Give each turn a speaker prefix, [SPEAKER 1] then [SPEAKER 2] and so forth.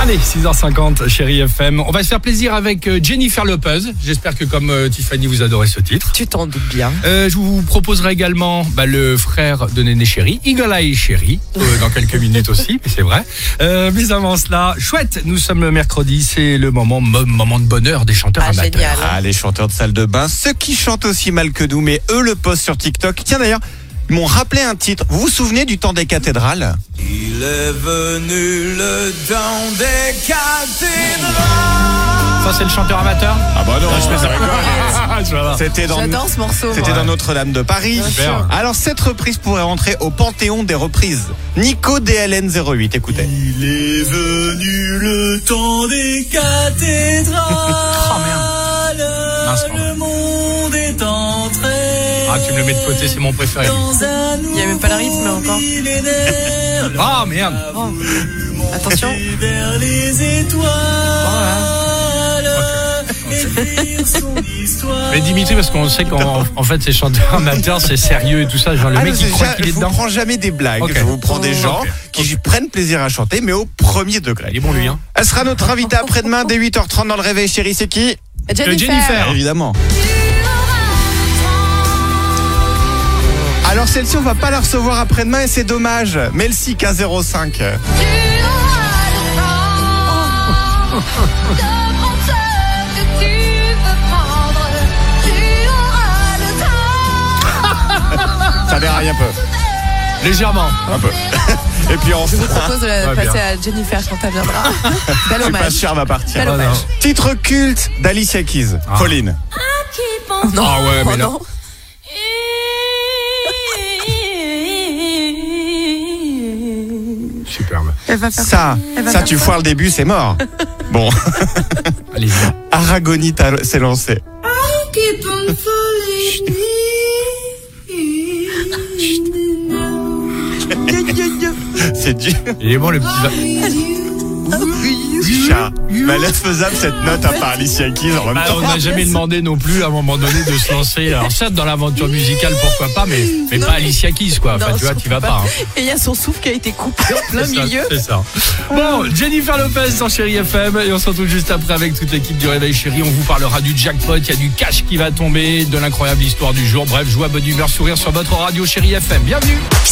[SPEAKER 1] Allez, 6h50, chérie FM. On va se faire plaisir avec euh, Jennifer Lopez. J'espère que comme euh, Tiffany, vous adorez ce titre.
[SPEAKER 2] Tu t'en doutes bien.
[SPEAKER 1] Euh, je vous proposerai également bah, le frère de Néné Chéri, Eagle Eye Chéri, euh, dans quelques minutes aussi, mais c'est vrai. Euh, mais avant cela, chouette, nous sommes le mercredi, c'est le moment, mo- moment de bonheur des chanteurs
[SPEAKER 2] Ah,
[SPEAKER 1] amateurs.
[SPEAKER 2] génial.
[SPEAKER 3] Ah, les chanteurs de salle de bain, ceux qui chantent aussi mal que nous, mais eux le postent sur TikTok. Tiens d'ailleurs, ils m'ont rappelé un titre. Vous vous souvenez du temps des cathédrales
[SPEAKER 4] Il est venu le temps des cathédrales.
[SPEAKER 1] Ça, c'est le chanteur amateur
[SPEAKER 3] Ah bah non, je fais
[SPEAKER 1] Ah,
[SPEAKER 3] C'était dans,
[SPEAKER 2] J'adore ce morceau.
[SPEAKER 3] c'était
[SPEAKER 2] moi.
[SPEAKER 3] dans Notre-Dame de Paris.
[SPEAKER 1] Super. sûr.
[SPEAKER 3] Alors cette reprise pourrait rentrer au panthéon des reprises. Nico DLN08, écoutez.
[SPEAKER 4] Il est venu le temps des cathédrales.
[SPEAKER 1] Mince, pardon.
[SPEAKER 4] le monde est entré.
[SPEAKER 1] Ah, tu me le mets de côté, c'est mon préféré. lui.
[SPEAKER 4] Dans un
[SPEAKER 2] Il y a même pas le rythme,
[SPEAKER 4] nouveau
[SPEAKER 2] encore.
[SPEAKER 4] millénaire,
[SPEAKER 1] Ah, merde
[SPEAKER 2] Oh. Attention.
[SPEAKER 4] Et vers les étoiles. Écrire son histoire.
[SPEAKER 1] mais Dimitri, parce qu'on sait qu'en en fait, ces chanteurs amateurs, c'est sérieux et tout ça. Genre, le
[SPEAKER 3] Ah
[SPEAKER 1] mec,
[SPEAKER 3] non,
[SPEAKER 1] il
[SPEAKER 3] c'est
[SPEAKER 1] croit
[SPEAKER 3] ja-
[SPEAKER 1] qu'il est
[SPEAKER 3] je vous
[SPEAKER 1] dedans.
[SPEAKER 3] prends jamais des blagues.
[SPEAKER 1] Ok.
[SPEAKER 3] Je vous prends des
[SPEAKER 1] Oh.
[SPEAKER 3] gens
[SPEAKER 1] Ok.
[SPEAKER 3] qui prennent plaisir à chanter, mais au premier
[SPEAKER 1] Il est
[SPEAKER 3] degré.
[SPEAKER 1] bon, lui, hein.
[SPEAKER 3] Elle sera notre invitée après-demain dès 8h30 dans le réveil, chérie. C'est qui
[SPEAKER 1] Euh, Jennifer.
[SPEAKER 3] Évidemment. Alors celle-ci, on va pas la recevoir après-demain et c'est dommage. Melcy K05. Ça déraille un peu.
[SPEAKER 1] Légèrement.
[SPEAKER 3] Un peu. Et puis on
[SPEAKER 2] Je vous propose de la
[SPEAKER 1] Ouais,
[SPEAKER 2] passer à Jennifer quand elle viendra. Bel
[SPEAKER 3] pas
[SPEAKER 2] hommage.
[SPEAKER 3] cher va
[SPEAKER 2] Bel
[SPEAKER 3] partir.
[SPEAKER 1] Ah,
[SPEAKER 2] hommage.
[SPEAKER 3] Titre culte d'Alicia Keys.
[SPEAKER 1] Ah.
[SPEAKER 3] Pauline.
[SPEAKER 2] Non,
[SPEAKER 1] Ah ouais, mais là-
[SPEAKER 2] non.
[SPEAKER 1] Superbe.
[SPEAKER 3] Ça, ça tu foires le début, c'est mort. Bon,
[SPEAKER 1] Allez-y.
[SPEAKER 3] Aragonite a- s'est lancée. C'est dur.
[SPEAKER 1] Il est bon, le petit. va-
[SPEAKER 3] Chat. Malaise faisable cette note à part Alicia Keys en même
[SPEAKER 1] Bah, on
[SPEAKER 3] temps.
[SPEAKER 1] n'a jamais demandé non plus à un moment donné de se lancer. Alors certes dans l'aventure musicale pourquoi pas, mais, mais
[SPEAKER 2] Non,
[SPEAKER 1] pas
[SPEAKER 2] mais-
[SPEAKER 1] Alicia Keys quoi. Enfin,
[SPEAKER 2] Non,
[SPEAKER 1] tu vois,
[SPEAKER 2] surtout
[SPEAKER 1] tu vas pas. hein.
[SPEAKER 2] Et il y a son souffle qui a été coupé en plein
[SPEAKER 1] C'est ça,
[SPEAKER 2] milieu.
[SPEAKER 1] C'est ça. Bon, Jennifer Lopez sur Chéri FM et on se retrouve juste après avec toute l'équipe du Réveil Chéri. On vous parlera du jackpot, il y a du cash qui va tomber, de l'incroyable histoire du jour. Bref, joie, bonne humeur, sourire sur votre radio Chéri FM. Bienvenue.